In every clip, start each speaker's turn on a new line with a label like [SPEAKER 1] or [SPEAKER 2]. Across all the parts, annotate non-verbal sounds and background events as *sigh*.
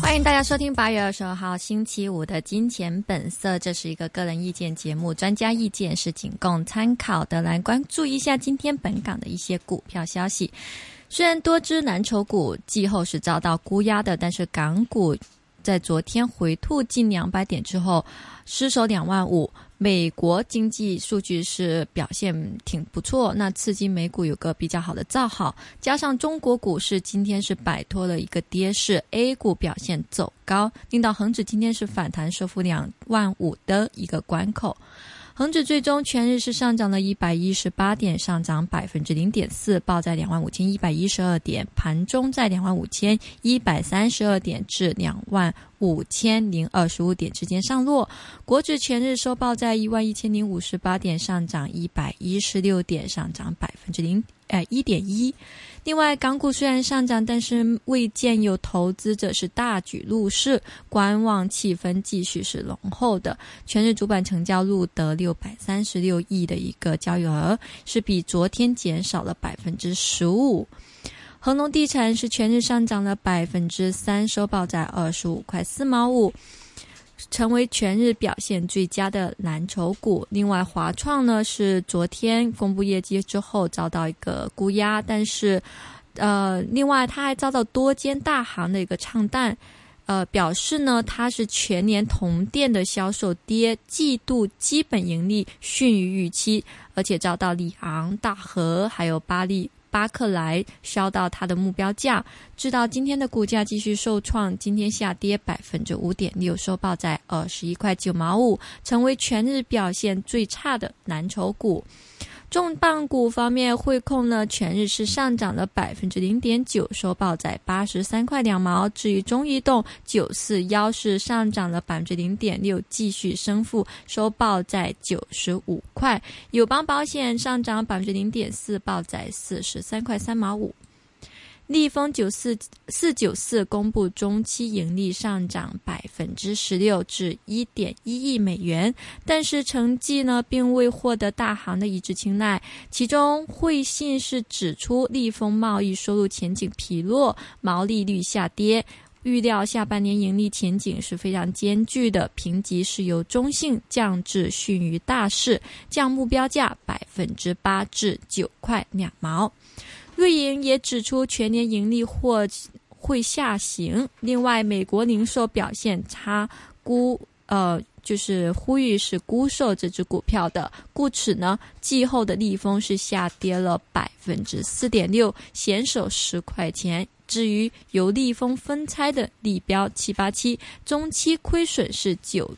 [SPEAKER 1] 欢迎大家收听八月二十二号星期五的《金钱本色》，这是一个个人意见节目，专家意见是仅供参考的。来关注一下今天本港的一些股票消息。虽然多只蓝筹股季后是遭到估压的，但是港股在昨天回吐近两百点之后，失守两万五。美国经济数据是表现挺不错，那刺激美股有个比较好的造好，加上中国股市今天是摆脱了一个跌势，A 股表现走高，令到恒指今天是反弹收复两万五的一个关口。恒指最终全日是上涨了一百一十八点，上涨百分之零点四，报在两万五千一百一十二点，盘中在两万五千一百三十二点至两万五千零二十五点之间上落。国指全日收报在一万一千零五十八点，上涨一百一十六点，上涨百分之零呃一点一。另外，港股虽然上涨，但是未见有投资者是大举入市，观望气氛继续是浓厚的。全日主板成交录得六百三十六亿的一个交易额，是比昨天减少了百分之十五。恒隆地产是全日上涨了百分之三，收报在二十五块四毛五。成为全日表现最佳的蓝筹股。另外，华创呢是昨天公布业绩之后遭到一个估压，但是，呃，另外它还遭到多间大行的一个唱淡，呃，表示呢它是全年同店的销售跌，季度基本盈利逊于预期，而且遭到里昂、大和还有巴利。巴克莱烧到它的目标价，直到今天的股价继续受创，今天下跌百分之五点六，收报在二十一块九毛五，成为全日表现最差的蓝筹股。重磅股方面，汇控呢全日是上涨了百分之零点九，收报在八十三块两毛。至于中移动九四幺是上涨了百分之零点六，继续升幅，收报在九十五块。友邦保险上涨百分之零点四，报在四十三块三毛五。利丰九四四九四公布中期盈利上涨百分之十六至一点一亿美元，但是成绩呢并未获得大行的一致青睐。其中，汇信是指出利丰贸易收入前景疲弱，毛利率下跌。预料下半年盈利前景是非常艰巨的，评级是由中性降至逊于大市，降目标价百分之八至九块两毛。瑞银也指出，全年盈利或会下行。另外，美国零售表现差，估呃就是呼吁是沽售这只股票的。故此呢，季后的利丰是下跌了百分之四点六，险守十块钱。至于由利丰分拆的利标七八七，中期亏损是九。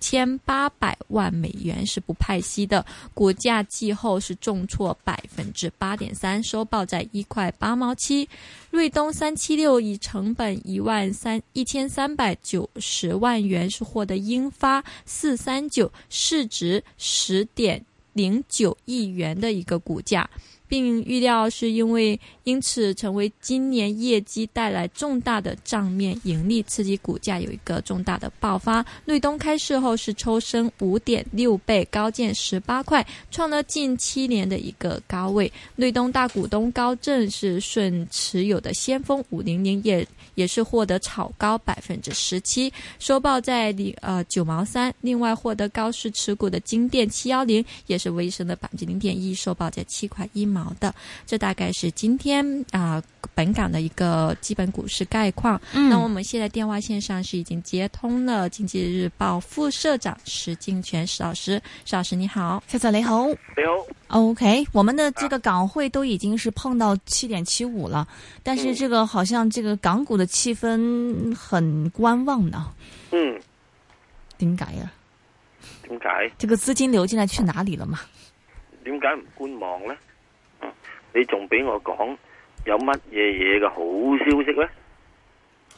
[SPEAKER 1] 千八百万美元是不派息的，股价季后是重挫百分之八点三，收报在一块八毛七。瑞东三七六以成本一万三一千三百九十万元是获得英发四三九市值十点零九亿元的一个股价。并预料是因为因此成为今年业绩带来重大的账面盈利，刺激股价有一个重大的爆发。瑞东开市后是抽升五点六倍，高见十八块，创了近七年的一个高位。瑞东大股东高盛是顺持有的先锋五零零也也是获得炒高百分之十七，收报在零呃九毛三。另外获得高市持股的金店七幺零也是微升了百分之零点一，收报在七块一毛。毛的，这大概是今天啊、呃、本港的一个基本股市概况。嗯、那我们现在电话线上是已经接通了《经济日报》副社长石敬全石老师，石老师你好，
[SPEAKER 2] 小早你好，
[SPEAKER 3] 你好。啊
[SPEAKER 2] OK，我们的这个港汇都已经是碰到七点七五了，但
[SPEAKER 3] 嗯
[SPEAKER 2] 是这个好像这个港股的气氛很观望呢。
[SPEAKER 3] 嗯，
[SPEAKER 2] 点解呀？
[SPEAKER 3] 點解？
[SPEAKER 2] 这个资金流进来去哪里了嘛？
[SPEAKER 3] 點解唔觀望呢？啊你仲俾我講有乜嘢嘢嘅好消息呢？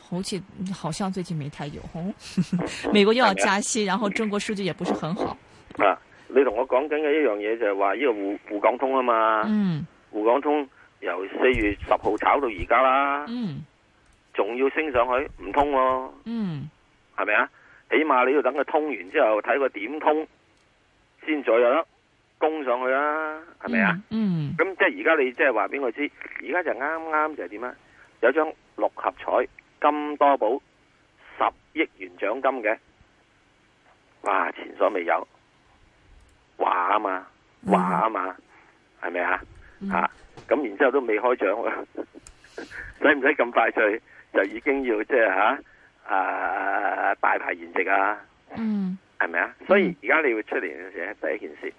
[SPEAKER 2] 好似好像最近沒太有，哦 *laughs* 美國又要加息，然後中國數據也不是很好。
[SPEAKER 3] 啊！你同我講緊嘅一樣嘢就係話呢個滬滬港通啊嘛，
[SPEAKER 2] 嗯，
[SPEAKER 3] 滬港通由四月十號炒到而家啦，
[SPEAKER 2] 嗯
[SPEAKER 3] 仲要升上去，唔通喎，
[SPEAKER 2] 嗯
[SPEAKER 3] 係咪啊？起碼你要等佢通完之後，睇佢點通，先再有得攻上去啊，係咪啊？
[SPEAKER 2] 嗯
[SPEAKER 3] 咁即係而家你即係話俾我知，而家就啱啱就係點啊？有張六合彩金多寶十億元獎金嘅，哇！前所未有，話啊嘛，話啊嘛，係咪啊？
[SPEAKER 2] 嗯
[SPEAKER 3] 吓咁、然之後都未開獎喎， *laughs* 使唔使咁快脆就已經要即係吓啊大排筵席啊？
[SPEAKER 2] 嗯
[SPEAKER 3] 係咪啊？所以而家你會出嚟嘅時候，第一件事，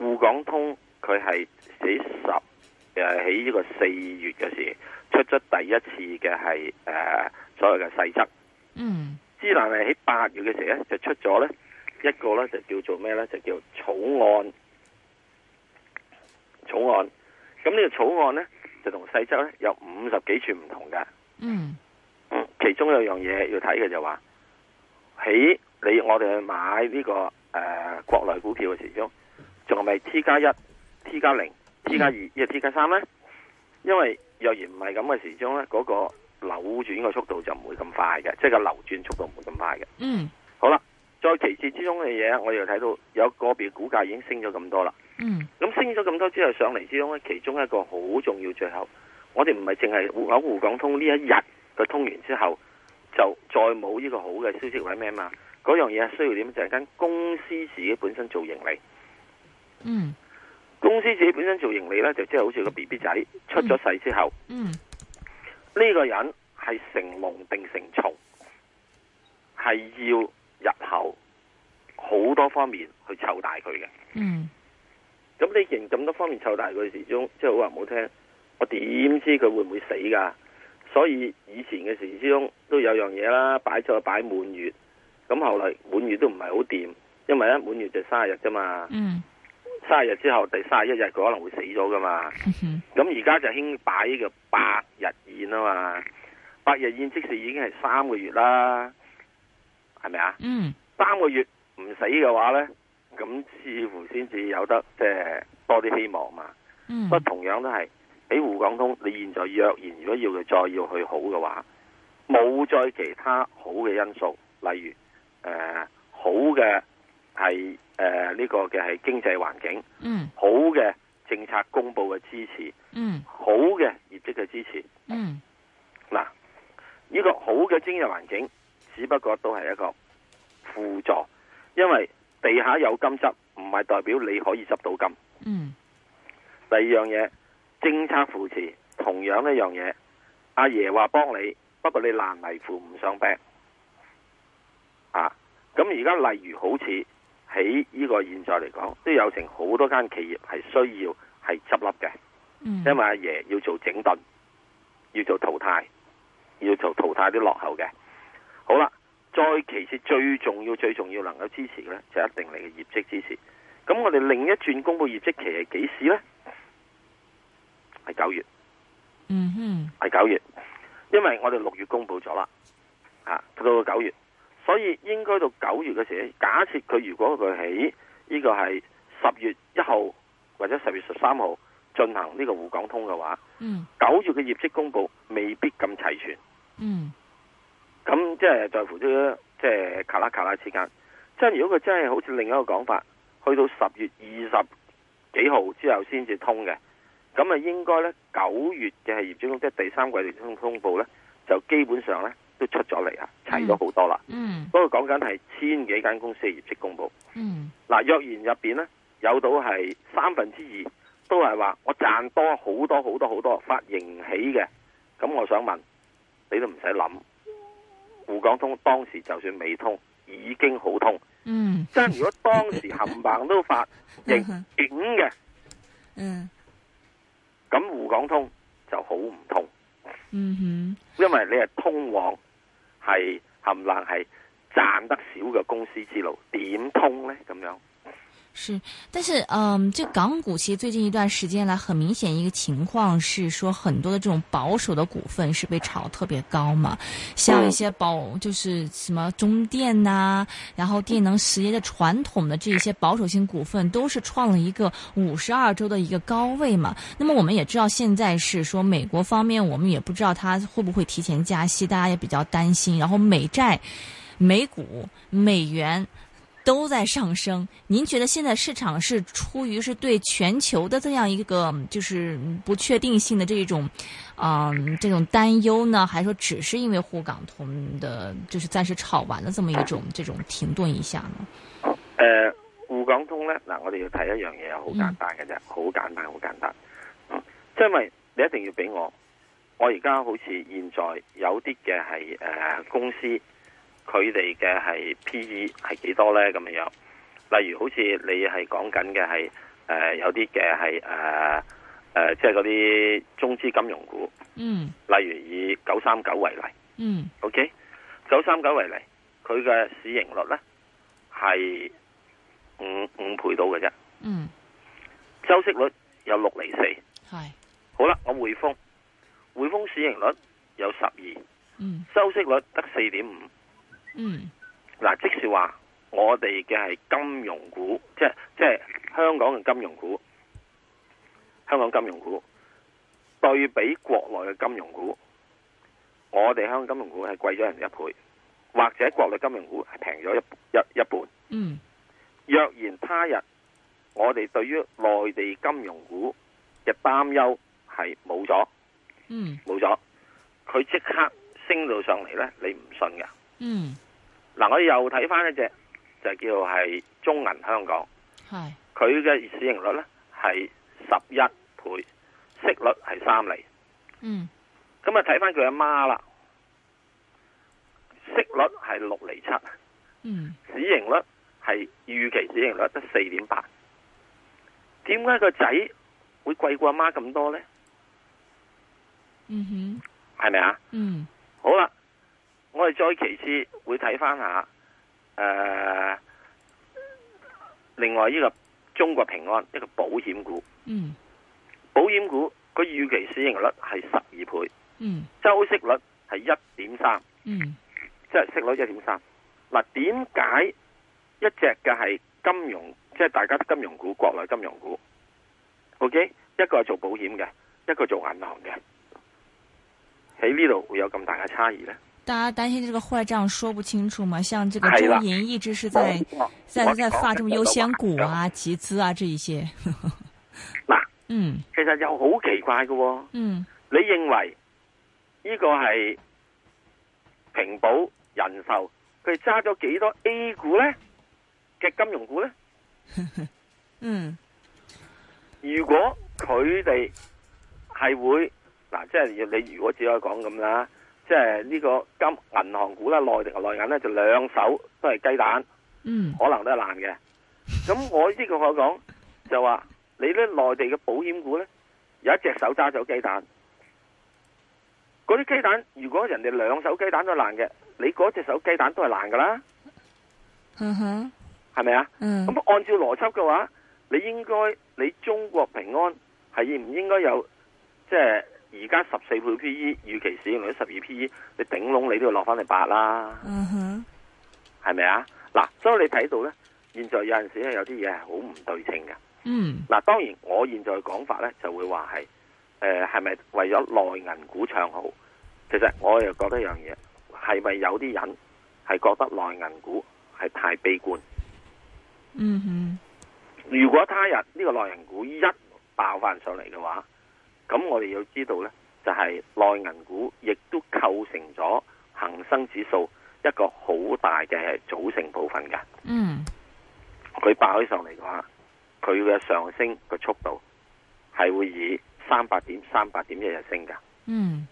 [SPEAKER 3] 滬港通佢係喺十誒喺呢個四月嘅時出咗第一次嘅係誒所謂嘅細則，
[SPEAKER 2] 嗯
[SPEAKER 3] 之但係喺八月嘅時咧就出咗咧一個咧就叫做咩咧就叫草案草案，咁呢個草案咧就同細則咧有五十幾處唔同㗎。
[SPEAKER 2] 嗯
[SPEAKER 3] 嗯，其中有樣嘢要睇嘅就話，喺你我哋去買呢、個誒、呃、國內股票嘅時鐘，仲係咪 T 加一、T 加零、T 加二、亦 T 加三呢？因為若然唔係咁嘅時鐘呢，嗰、個扭轉嘅速度就唔會咁快嘅，即係個流轉速度唔會咁快嘅。
[SPEAKER 2] 嗯
[SPEAKER 3] 好啦，再其次之中嘅嘢，我又睇到有個別股價已經升咗咁多啦。
[SPEAKER 2] 嗯
[SPEAKER 3] 咁升咗咁多之後上嚟之中咧，其中一個好重要，最後我哋唔係淨係滬港滬港通呢一日佢通完之後，就再冇呢個好嘅消息或者咩嘛？嗰樣嘢需要點就係、間公司自己本身做盈利，
[SPEAKER 2] 嗯
[SPEAKER 3] 公司自己本身做盈利呢，就即係好似個 B B 仔出咗世之後，
[SPEAKER 2] 嗯
[SPEAKER 3] 呢、個人係成龍定成蟲，係要日後好多方面去湊大佢嘅。
[SPEAKER 2] 嗯
[SPEAKER 3] 咁你型咁多方面湊大佢時鐘，即係好話唔好聽，我點知佢會唔會死㗎？所以以前嘅時之中都有樣嘢啦，擺咗擺滿月，咁後嚟滿月都唔係好掂，因為咧滿月就三十日啫嘛，
[SPEAKER 2] 嗯
[SPEAKER 3] 三十日之後第三十一日佢可能會死咗噶嘛。
[SPEAKER 2] 嗯
[SPEAKER 3] 咁而家就興擺呢個百日宴啊嘛，百日宴即使已經係三個月啦，係咪啊？
[SPEAKER 2] 嗯
[SPEAKER 3] 三個月唔死嘅話呢，咁似乎先至有得即係多啲希望嘛。
[SPEAKER 2] 嗯
[SPEAKER 3] 不過同樣都係喺滬港通，你現在若然如果要佢再要去好嘅話，冇再其他好嘅因素，例如誒、呃好嘅係誒呢個嘅係經濟環境，
[SPEAKER 2] 嗯
[SPEAKER 3] 好嘅政策公布嘅支持，
[SPEAKER 2] 嗯
[SPEAKER 3] 好嘅業績嘅支持。
[SPEAKER 2] 嗯
[SPEAKER 3] 嗱，呢個好嘅經濟環境，只不過都係一個輔助，因為地下有金執，唔係代表你可以執到金。
[SPEAKER 2] 嗯
[SPEAKER 3] 第二樣嘢，政策扶持同樣一樣嘢，阿爺話幫你，不過你爛泥扶唔上壁啊！咁而家例如好似喺呢個現在嚟講，都有成好多間企業係需要係執笠嘅。
[SPEAKER 2] 嗯
[SPEAKER 3] 因為阿爺要做整頓，要做淘汰，要做淘汰啲落後嘅。好啦，再其次最重要、最重要能夠支持嘅呢，就一定你嘅業績支持。咁我哋另一轉公布業績期係幾時呢？係九月，
[SPEAKER 2] 嗯哼
[SPEAKER 3] 係九月，因為我哋六月公布咗啦，啊，到到九月，所以應該到九月嘅時候，假設佢如果佢喺呢個係十月一號或者十月十三號進行呢個滬港通嘅話。
[SPEAKER 2] 嗯
[SPEAKER 3] 九月嘅業績公佈未必咁齊全，
[SPEAKER 2] 嗯
[SPEAKER 3] 咁即係在乎咗即係卡拉卡拉之間。即係如果佢真係好似另一個講法，去到十月二十幾號之後先至通嘅，咁啊應該呢，九月嘅係業績公，即係第三季嘅業績公佈呢，就基本上呢都出咗嚟啊，齊咗好多啦。
[SPEAKER 2] 嗯
[SPEAKER 3] 不過講緊係千幾間公司嘅業績公佈，
[SPEAKER 2] 嗯
[SPEAKER 3] 嗱若然入邊呢，有到係三分之二都係話我賺多好多好多好多發盈喜嘅，咁我想問你都唔使諗，滬港通當時就算未通已經好通，
[SPEAKER 2] 嗯
[SPEAKER 3] 即係如果當時冚唪唥都發盈影嘅，
[SPEAKER 2] 嗯
[SPEAKER 3] 咁滬港通就好唔通，
[SPEAKER 2] 嗯
[SPEAKER 3] 因為你係通往係冚唪唥係賺得少嘅公司之路，點通呢？咁樣？
[SPEAKER 2] 哼，是，但是嗯，这港股其实最近一段时间来，很明显一个情况是说，很多的这种保守的股份是被炒特别高嘛，像一些保就是什么中电呐、然后电能实业的传统的这一些保守性股份，都是创了一个五十二周的一个高位嘛。那么我们也知道，现在是说美国方面，我们也不知道它会不会提前加息，大家也比较担心。然后美债、美股、美元。都在上升。您觉得现在市场是出于是对全球的这样一个嗯就是不确定性的这种，嗯、这种担忧呢，还是说只是因为沪港通的，就是暂时炒完了这么一种这种停顿一下呢？
[SPEAKER 3] 诶、沪呃港通咧，嗱，我哋要睇一樣嘢，好簡單嘅啫，好、簡單，好簡單。啊即係因為你一定要俾我，我而家好似現在有啲嘅係诶公司，佢哋嘅係 P E 係幾多咧咁樣樣。例如好似你係講緊嘅係诶有啲嘅係诶诶，即係嗰啲中資金融股，
[SPEAKER 2] 嗯
[SPEAKER 3] 例如以九三九為例。
[SPEAKER 2] 嗯
[SPEAKER 3] OK，九三九為例，佢嘅市盈率咧係五五倍到嘅啫，
[SPEAKER 2] 嗯，
[SPEAKER 3] 收息率有六厘四。
[SPEAKER 2] 系，
[SPEAKER 3] 好啦，我匯豐，匯豐市盈率有十二，
[SPEAKER 2] 嗯
[SPEAKER 3] 收息率得四點五。
[SPEAKER 2] 嗯
[SPEAKER 3] 嗱，即是話我哋嘅係金融股，即係即係香港嘅金融股，香港金融股對比國內嘅金融股，我哋香港金融股係貴咗人哋一倍，或者國內金融股係平咗一一一半。
[SPEAKER 2] 嗯
[SPEAKER 3] 若然他日我哋對於內地金融股嘅擔憂係冇咗
[SPEAKER 2] 嗯
[SPEAKER 3] 冇咗，佢即刻升到上嚟呢，你唔信嘅。
[SPEAKER 2] 嗯，
[SPEAKER 3] 嗱，我又睇翻一隻就叫係中銀香港，
[SPEAKER 2] 系，
[SPEAKER 3] 佢嘅市盈率呢係十一倍，息率係三厘。
[SPEAKER 2] 嗯
[SPEAKER 3] 咁啊睇翻佢阿媽啦，息率係六厘七，
[SPEAKER 2] 嗯
[SPEAKER 3] 市盈率係預期市盈率得四點八。點解個仔會貴過阿媽咁多呢？
[SPEAKER 2] 嗯哼，
[SPEAKER 3] 係咪啊？
[SPEAKER 2] 嗯
[SPEAKER 3] 好啦，我哋再其次會睇翻下诶、呃另外呢個中國平安一個保險股，
[SPEAKER 2] 嗯
[SPEAKER 3] 保險股佢預期市盈率係十二倍，
[SPEAKER 2] 嗯
[SPEAKER 3] 周息率係一點三，
[SPEAKER 2] 嗯
[SPEAKER 3] 即係息率一點三。嗱，點解一隻嘅係金融，即係大家金融股，國內金融股，OK，一個係做保險嘅，一個做銀行嘅，喺呢度會有咁大嘅差異呢？
[SPEAKER 2] 大家担心这个坏账说不清楚嘛？像这个
[SPEAKER 3] 是的
[SPEAKER 2] 中银一直是在在在发这种优先股啊、集资啊这一些。
[SPEAKER 3] 嗱，
[SPEAKER 2] *laughs* 嗯
[SPEAKER 3] 其實又好奇怪嘅喎、
[SPEAKER 2] 嗯
[SPEAKER 3] 你認為呢個係平保人壽佢揸咗幾多 A 股呢？嘅金融股呢？
[SPEAKER 2] 嗯
[SPEAKER 3] 如果佢哋係會嗱，即係你如果只可以講咁啦，即係呢個金銀行股啦，內地嘅內銀呢，就兩手都係雞蛋，
[SPEAKER 2] 嗯
[SPEAKER 3] 可能都係爛嘅。咁我呢個我講就話你呢內地嘅保險股呢，有一隻手揸咗雞蛋，嗰啲雞蛋如果人哋兩手雞蛋都爛嘅，你嗰隻手雞蛋都係爛噶啦，
[SPEAKER 2] 哼嗯哼
[SPEAKER 3] 係咪啊？
[SPEAKER 2] 嗯
[SPEAKER 3] 咁按照邏輯嘅話，你應該你中國平安係唔應該有即係而家十四倍 P E 預期市盈率十二 P E，你頂籠你都要落翻嚟八啦，
[SPEAKER 2] 嗯哼
[SPEAKER 3] 係咪啊？嗱，所以你睇到呢，現在有陣時咧有啲嘢係好唔對稱嘅。
[SPEAKER 2] 嗯
[SPEAKER 3] 嗱，當然我現在嘅講法呢，就會話係誒係咪為咗內銀股唱好？其實我又覺得一樣嘢，係咪有啲人係覺得內銀股係太悲觀？
[SPEAKER 2] 嗯哼
[SPEAKER 3] 如果他日呢個內銀股一爆翻上嚟嘅話，咁我哋要知道呢，就係、內銀股亦都構成咗恒生指數一個好大嘅組成部分㗎。
[SPEAKER 2] 嗯
[SPEAKER 3] 佢爆起上嚟嘅話，佢嘅上升嘅速度係會以三百點、三百點一日升㗎。
[SPEAKER 2] 嗯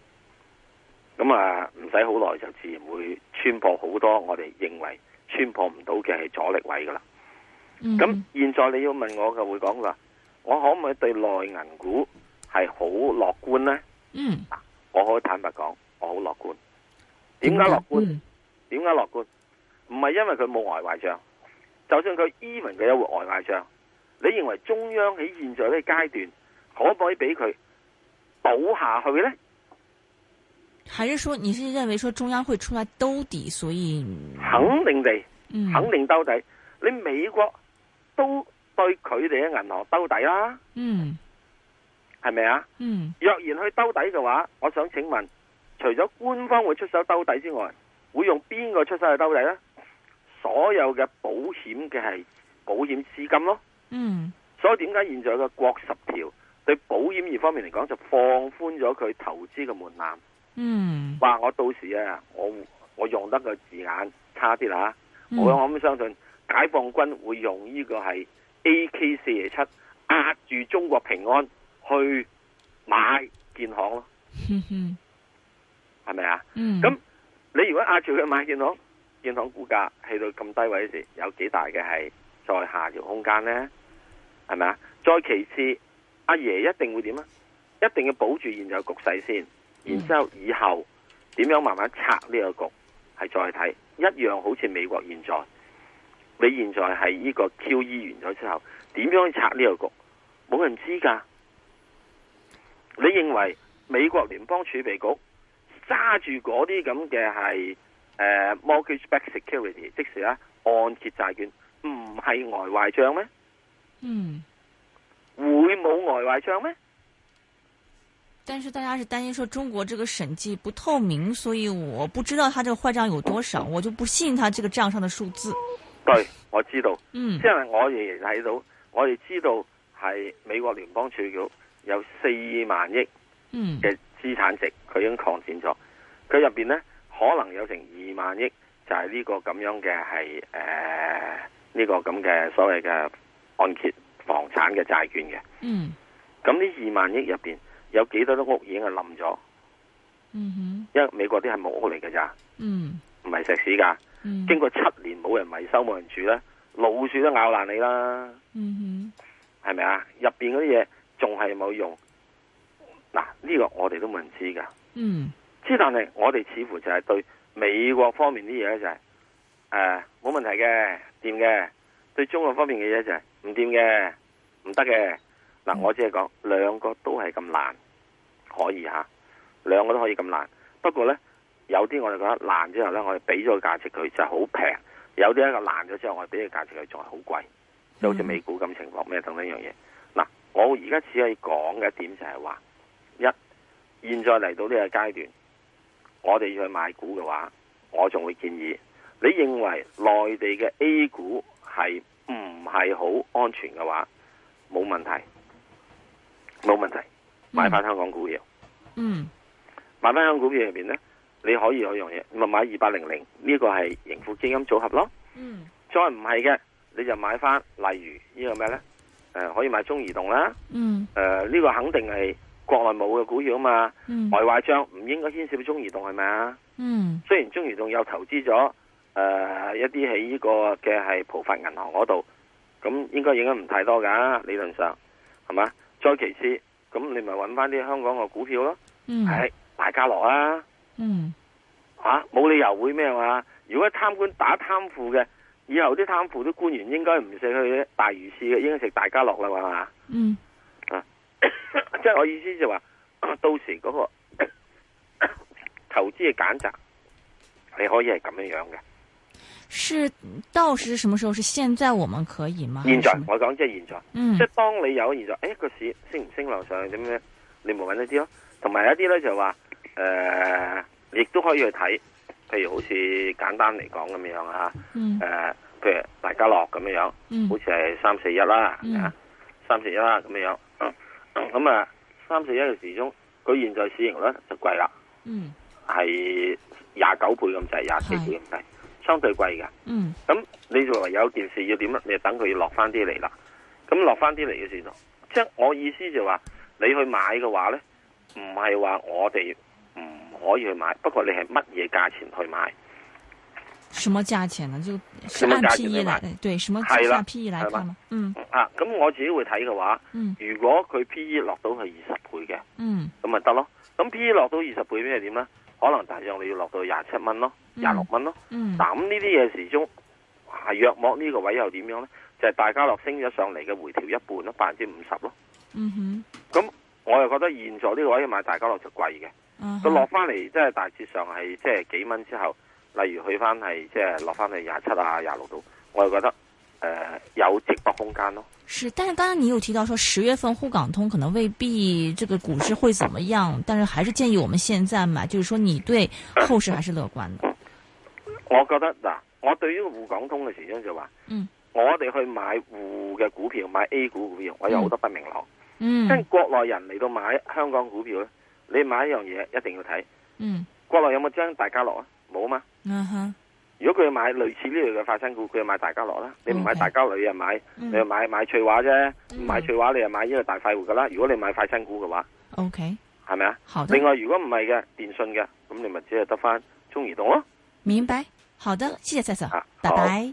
[SPEAKER 3] 咁啊，唔使好耐就自然會穿破好多我哋認為穿破唔到嘅係阻力位㗎啦。
[SPEAKER 2] 嗯
[SPEAKER 3] 咁現在你要問我嘅會講話，我可唔可以對內銀股係好樂觀呢？
[SPEAKER 2] 嗯
[SPEAKER 3] 我可以坦白講，我好樂觀。點解樂觀？
[SPEAKER 2] 嗯
[SPEAKER 3] 點解樂觀？唔係因為佢冇外壞帳，就算佢 even 佢有外壞帳，你認為中央喺現在呢個階段可唔可以俾佢倒下去呢？
[SPEAKER 2] 还是说你是认为说中央会出来兜底，所以
[SPEAKER 3] 肯定地，
[SPEAKER 2] 嗯
[SPEAKER 3] 肯定兜底。你美國都對佢哋嘅銀行兜底啦，
[SPEAKER 2] 嗯
[SPEAKER 3] 係咪啊？
[SPEAKER 2] 嗯
[SPEAKER 3] 若然去兜底嘅話，我想請問，除咗官方會出手兜底之外，會用邊個出手去兜底呢？所有嘅保險嘅係保險資金咯。
[SPEAKER 2] 嗯
[SPEAKER 3] 所以點解現在嘅國十條對保險業方面嚟講就放寬咗佢投資嘅門檻？
[SPEAKER 2] 嗯
[SPEAKER 3] 哇！我到時啊，我我用得個字眼差啲啦，
[SPEAKER 2] 嗯
[SPEAKER 3] 我我咁相信解放軍會用呢個係 AK 四廿七壓住中國平安去買建行咯，
[SPEAKER 2] 哼哼
[SPEAKER 3] 係咪啊？
[SPEAKER 2] 嗯
[SPEAKER 3] 咁你如果壓住佢買建行，建行股價去到咁低位時，有幾大嘅係再下調空間呢？係咪啊？再其次，阿爺一定會點啊？一定要保住現有局勢先，然之後以後點樣慢慢拆呢個局係再睇，一樣好似美國現在，你現在係呢個 QE 完咗之後，點樣去拆呢個局？冇人知㗎。你認為美國聯邦儲備局揸住嗰啲咁嘅係誒 mortgage-backed security，即是啦按揭債券，唔係外壞帳咩？
[SPEAKER 2] 嗯，
[SPEAKER 3] 會冇外壞帳咩？
[SPEAKER 2] 但是大家是担心说中国这个审计不透明，所以我不知道他这个坏账有多少，我就不信他这个账上的数字。
[SPEAKER 3] 對，我知道，
[SPEAKER 2] 嗯
[SPEAKER 3] 因為我仍然睇到，我哋知道係美國聯邦儲備局有四萬億
[SPEAKER 2] 嗯
[SPEAKER 3] 嘅資產值，佢已經擴展咗，佢入邊呢，可能有成二萬億就係呢個咁樣嘅係誒呢個咁嘅所謂嘅按揭房產嘅債券嘅。
[SPEAKER 2] 嗯
[SPEAKER 3] 咁呢二萬億入邊有幾多啲屋已經係冧咗？
[SPEAKER 2] 嗯哼
[SPEAKER 3] 因為美國啲係木屋嚟嘅咋，
[SPEAKER 2] 嗯
[SPEAKER 3] 唔係石屎㗎。
[SPEAKER 2] 嗯
[SPEAKER 3] 經過七年冇人維修冇人住咧，老鼠都咬爛你啦，
[SPEAKER 2] 嗯
[SPEAKER 3] 係咪啊？入邊嗰啲嘢仲係冇用。嗱，呢個我哋都冇人知㗎。
[SPEAKER 2] 哼嗯
[SPEAKER 3] 之但係我哋似乎就係對美國方面啲嘢咧就係誒冇問題嘅，掂嘅；對中國方面嘅嘢就係唔掂嘅，唔得嘅。嗱，我只係講兩個都係咁難，可以嚇，兩個都可以咁難。不過呢，有啲我哋覺得難之後呢，我哋俾咗個價值佢就係好平；有啲一個難咗之後，我哋俾個價值佢仲係好貴，就好似美股咁情況咩等等一樣嘢。嗱，我而家只係講嘅一點就係話，一現在嚟到呢個階段。我哋要去買股嘅話，我仲會建議你認為內地嘅 A 股係唔係好安全嘅話，冇問題，冇問題，買翻香港股票，
[SPEAKER 2] 嗯
[SPEAKER 3] 買翻香港股票入邊呢，你可以有一樣嘢，咪買二八零零呢個係盈富基金組合咯。
[SPEAKER 2] 嗯
[SPEAKER 3] 再唔係嘅，你就買翻例如呢個咩呢？誒、可以買中移動啦，
[SPEAKER 2] 嗯
[SPEAKER 3] 誒、呃呢、個肯定係國內冇嘅股票啊嘛，
[SPEAKER 2] 嗯
[SPEAKER 3] 外壞帳唔應該牽涉到中移動係咪啊？
[SPEAKER 2] 嗯
[SPEAKER 3] 雖然中移動有投資咗呃誒一啲喺呢個嘅係浦發銀行嗰度，咁應該影響唔太多㗎，理論上係嘛？再其次，咁你咪揾翻啲香港嘅股票咯，
[SPEAKER 2] 嗯
[SPEAKER 3] 係大家樂啦，
[SPEAKER 2] 嗯
[SPEAKER 3] 嚇冇理由會咩嘛？如果貪官打貪腐嘅，以後啲貪腐啲官員應該唔食去大魚市嘅，應該食大家樂啦係嘛？
[SPEAKER 2] 嗯
[SPEAKER 3] *coughs* 即係我意思就話，到時嗰、個投資嘅揀擇，你可以係咁樣樣嘅。
[SPEAKER 2] 啊是到时是什么时候？是现在我们可以吗？
[SPEAKER 3] 現在
[SPEAKER 2] 还是什么
[SPEAKER 3] 我講即係現在，
[SPEAKER 2] 嗯
[SPEAKER 3] 即係當你有現在，誒、個市升唔升樓上去點咧，你咪揾一啲咯。同埋有一啲咧就話誒，亦、都可以去睇，譬如好似簡單嚟講咁樣啊，
[SPEAKER 2] 嗯
[SPEAKER 3] 誒、譬如大家樂咁樣，
[SPEAKER 2] 嗯
[SPEAKER 3] 好似係三四一啦啊
[SPEAKER 2] 嗯，
[SPEAKER 3] 三四一啦咁樣，嗯咁啊三四一嘅時鐘，佢現在市盈率就貴啦，
[SPEAKER 2] 嗯
[SPEAKER 3] 係廿九倍咁滯，廿四倍咁滯，相對貴㗎。
[SPEAKER 2] 嗯
[SPEAKER 3] 咁你就話有件事要點咧？啊你就等佢落翻啲嚟啦。咁落翻啲嚟嘅時候，即係我意思就話，你去買嘅話呢，唔係話我哋唔可以去買，不過你係乜嘢價錢去買，
[SPEAKER 2] 什么价钱呢？就
[SPEAKER 3] 什
[SPEAKER 2] 是
[SPEAKER 3] 么
[SPEAKER 2] 按
[SPEAKER 3] 价钱
[SPEAKER 2] PE
[SPEAKER 3] 对吧
[SPEAKER 2] 来对什么
[SPEAKER 3] 是啦
[SPEAKER 2] 按 PE 来看吗？嗯
[SPEAKER 3] 啊？咁我自己會睇嘅話，
[SPEAKER 2] 嗯
[SPEAKER 3] 如果佢 P E 落到去二十倍嘅，
[SPEAKER 2] 嗯
[SPEAKER 3] 咁咪得咯。咁 P E 落到二十倍咩點呢？可能大約你要落到廿七蚊咯，廿六蚊咯。
[SPEAKER 2] 嗯
[SPEAKER 3] 嗱咁呢啲嘢時鐘，啊約莫呢個位又點樣呢？就係大家樂升咗上嚟嘅回調一半咯，百分之五十咯。
[SPEAKER 2] 嗯
[SPEAKER 3] 咁我又覺得現在呢個位買大家樂就貴嘅，
[SPEAKER 2] 哼，啊
[SPEAKER 3] 佢
[SPEAKER 2] 哈
[SPEAKER 3] 落翻嚟即係大致上係即係幾蚊之後，例如去翻係即係落翻去廿七啊廿六度，我又覺得誒、呃有直落空間咯。
[SPEAKER 2] 是，但是刚刚你有提到说十月份沪港通可能未必这个股市会怎么样，但是还是建议我们现在买，就是说你对后市还是乐观的。
[SPEAKER 3] 我覺得嗱，我對於滬港通嘅時鐘就話，
[SPEAKER 2] 嗯
[SPEAKER 3] 我哋去買滬嘅股票，買 A 股股票，我有好多不明朗。
[SPEAKER 2] 嗯
[SPEAKER 3] 跟國內人嚟到買香港股票咧，你買一樣嘢一定要睇，
[SPEAKER 2] 嗯
[SPEAKER 3] 國內有冇將大家樂啊？冇嘛。
[SPEAKER 2] 嗯哼
[SPEAKER 3] 如果佢買類似呢類嘅快餐股，佢就買大家樂啦。你唔買
[SPEAKER 2] OK
[SPEAKER 3] 大家樂，你又買，你又
[SPEAKER 2] 嗯
[SPEAKER 3] 買買翠華啫。唔
[SPEAKER 2] 嗯
[SPEAKER 3] 買翠華，你又買呢個大快活噶啦。如果你買快餐股嘅話，
[SPEAKER 2] ，OK，
[SPEAKER 3] 係咪啊？
[SPEAKER 2] 好的
[SPEAKER 3] 另，外，如果唔係嘅電信嘅，咁你咪只係得翻中移動咯。
[SPEAKER 2] 明白，好的，谢谢蔡 Sir，
[SPEAKER 3] 啊
[SPEAKER 2] 拜
[SPEAKER 3] 好
[SPEAKER 2] 拜。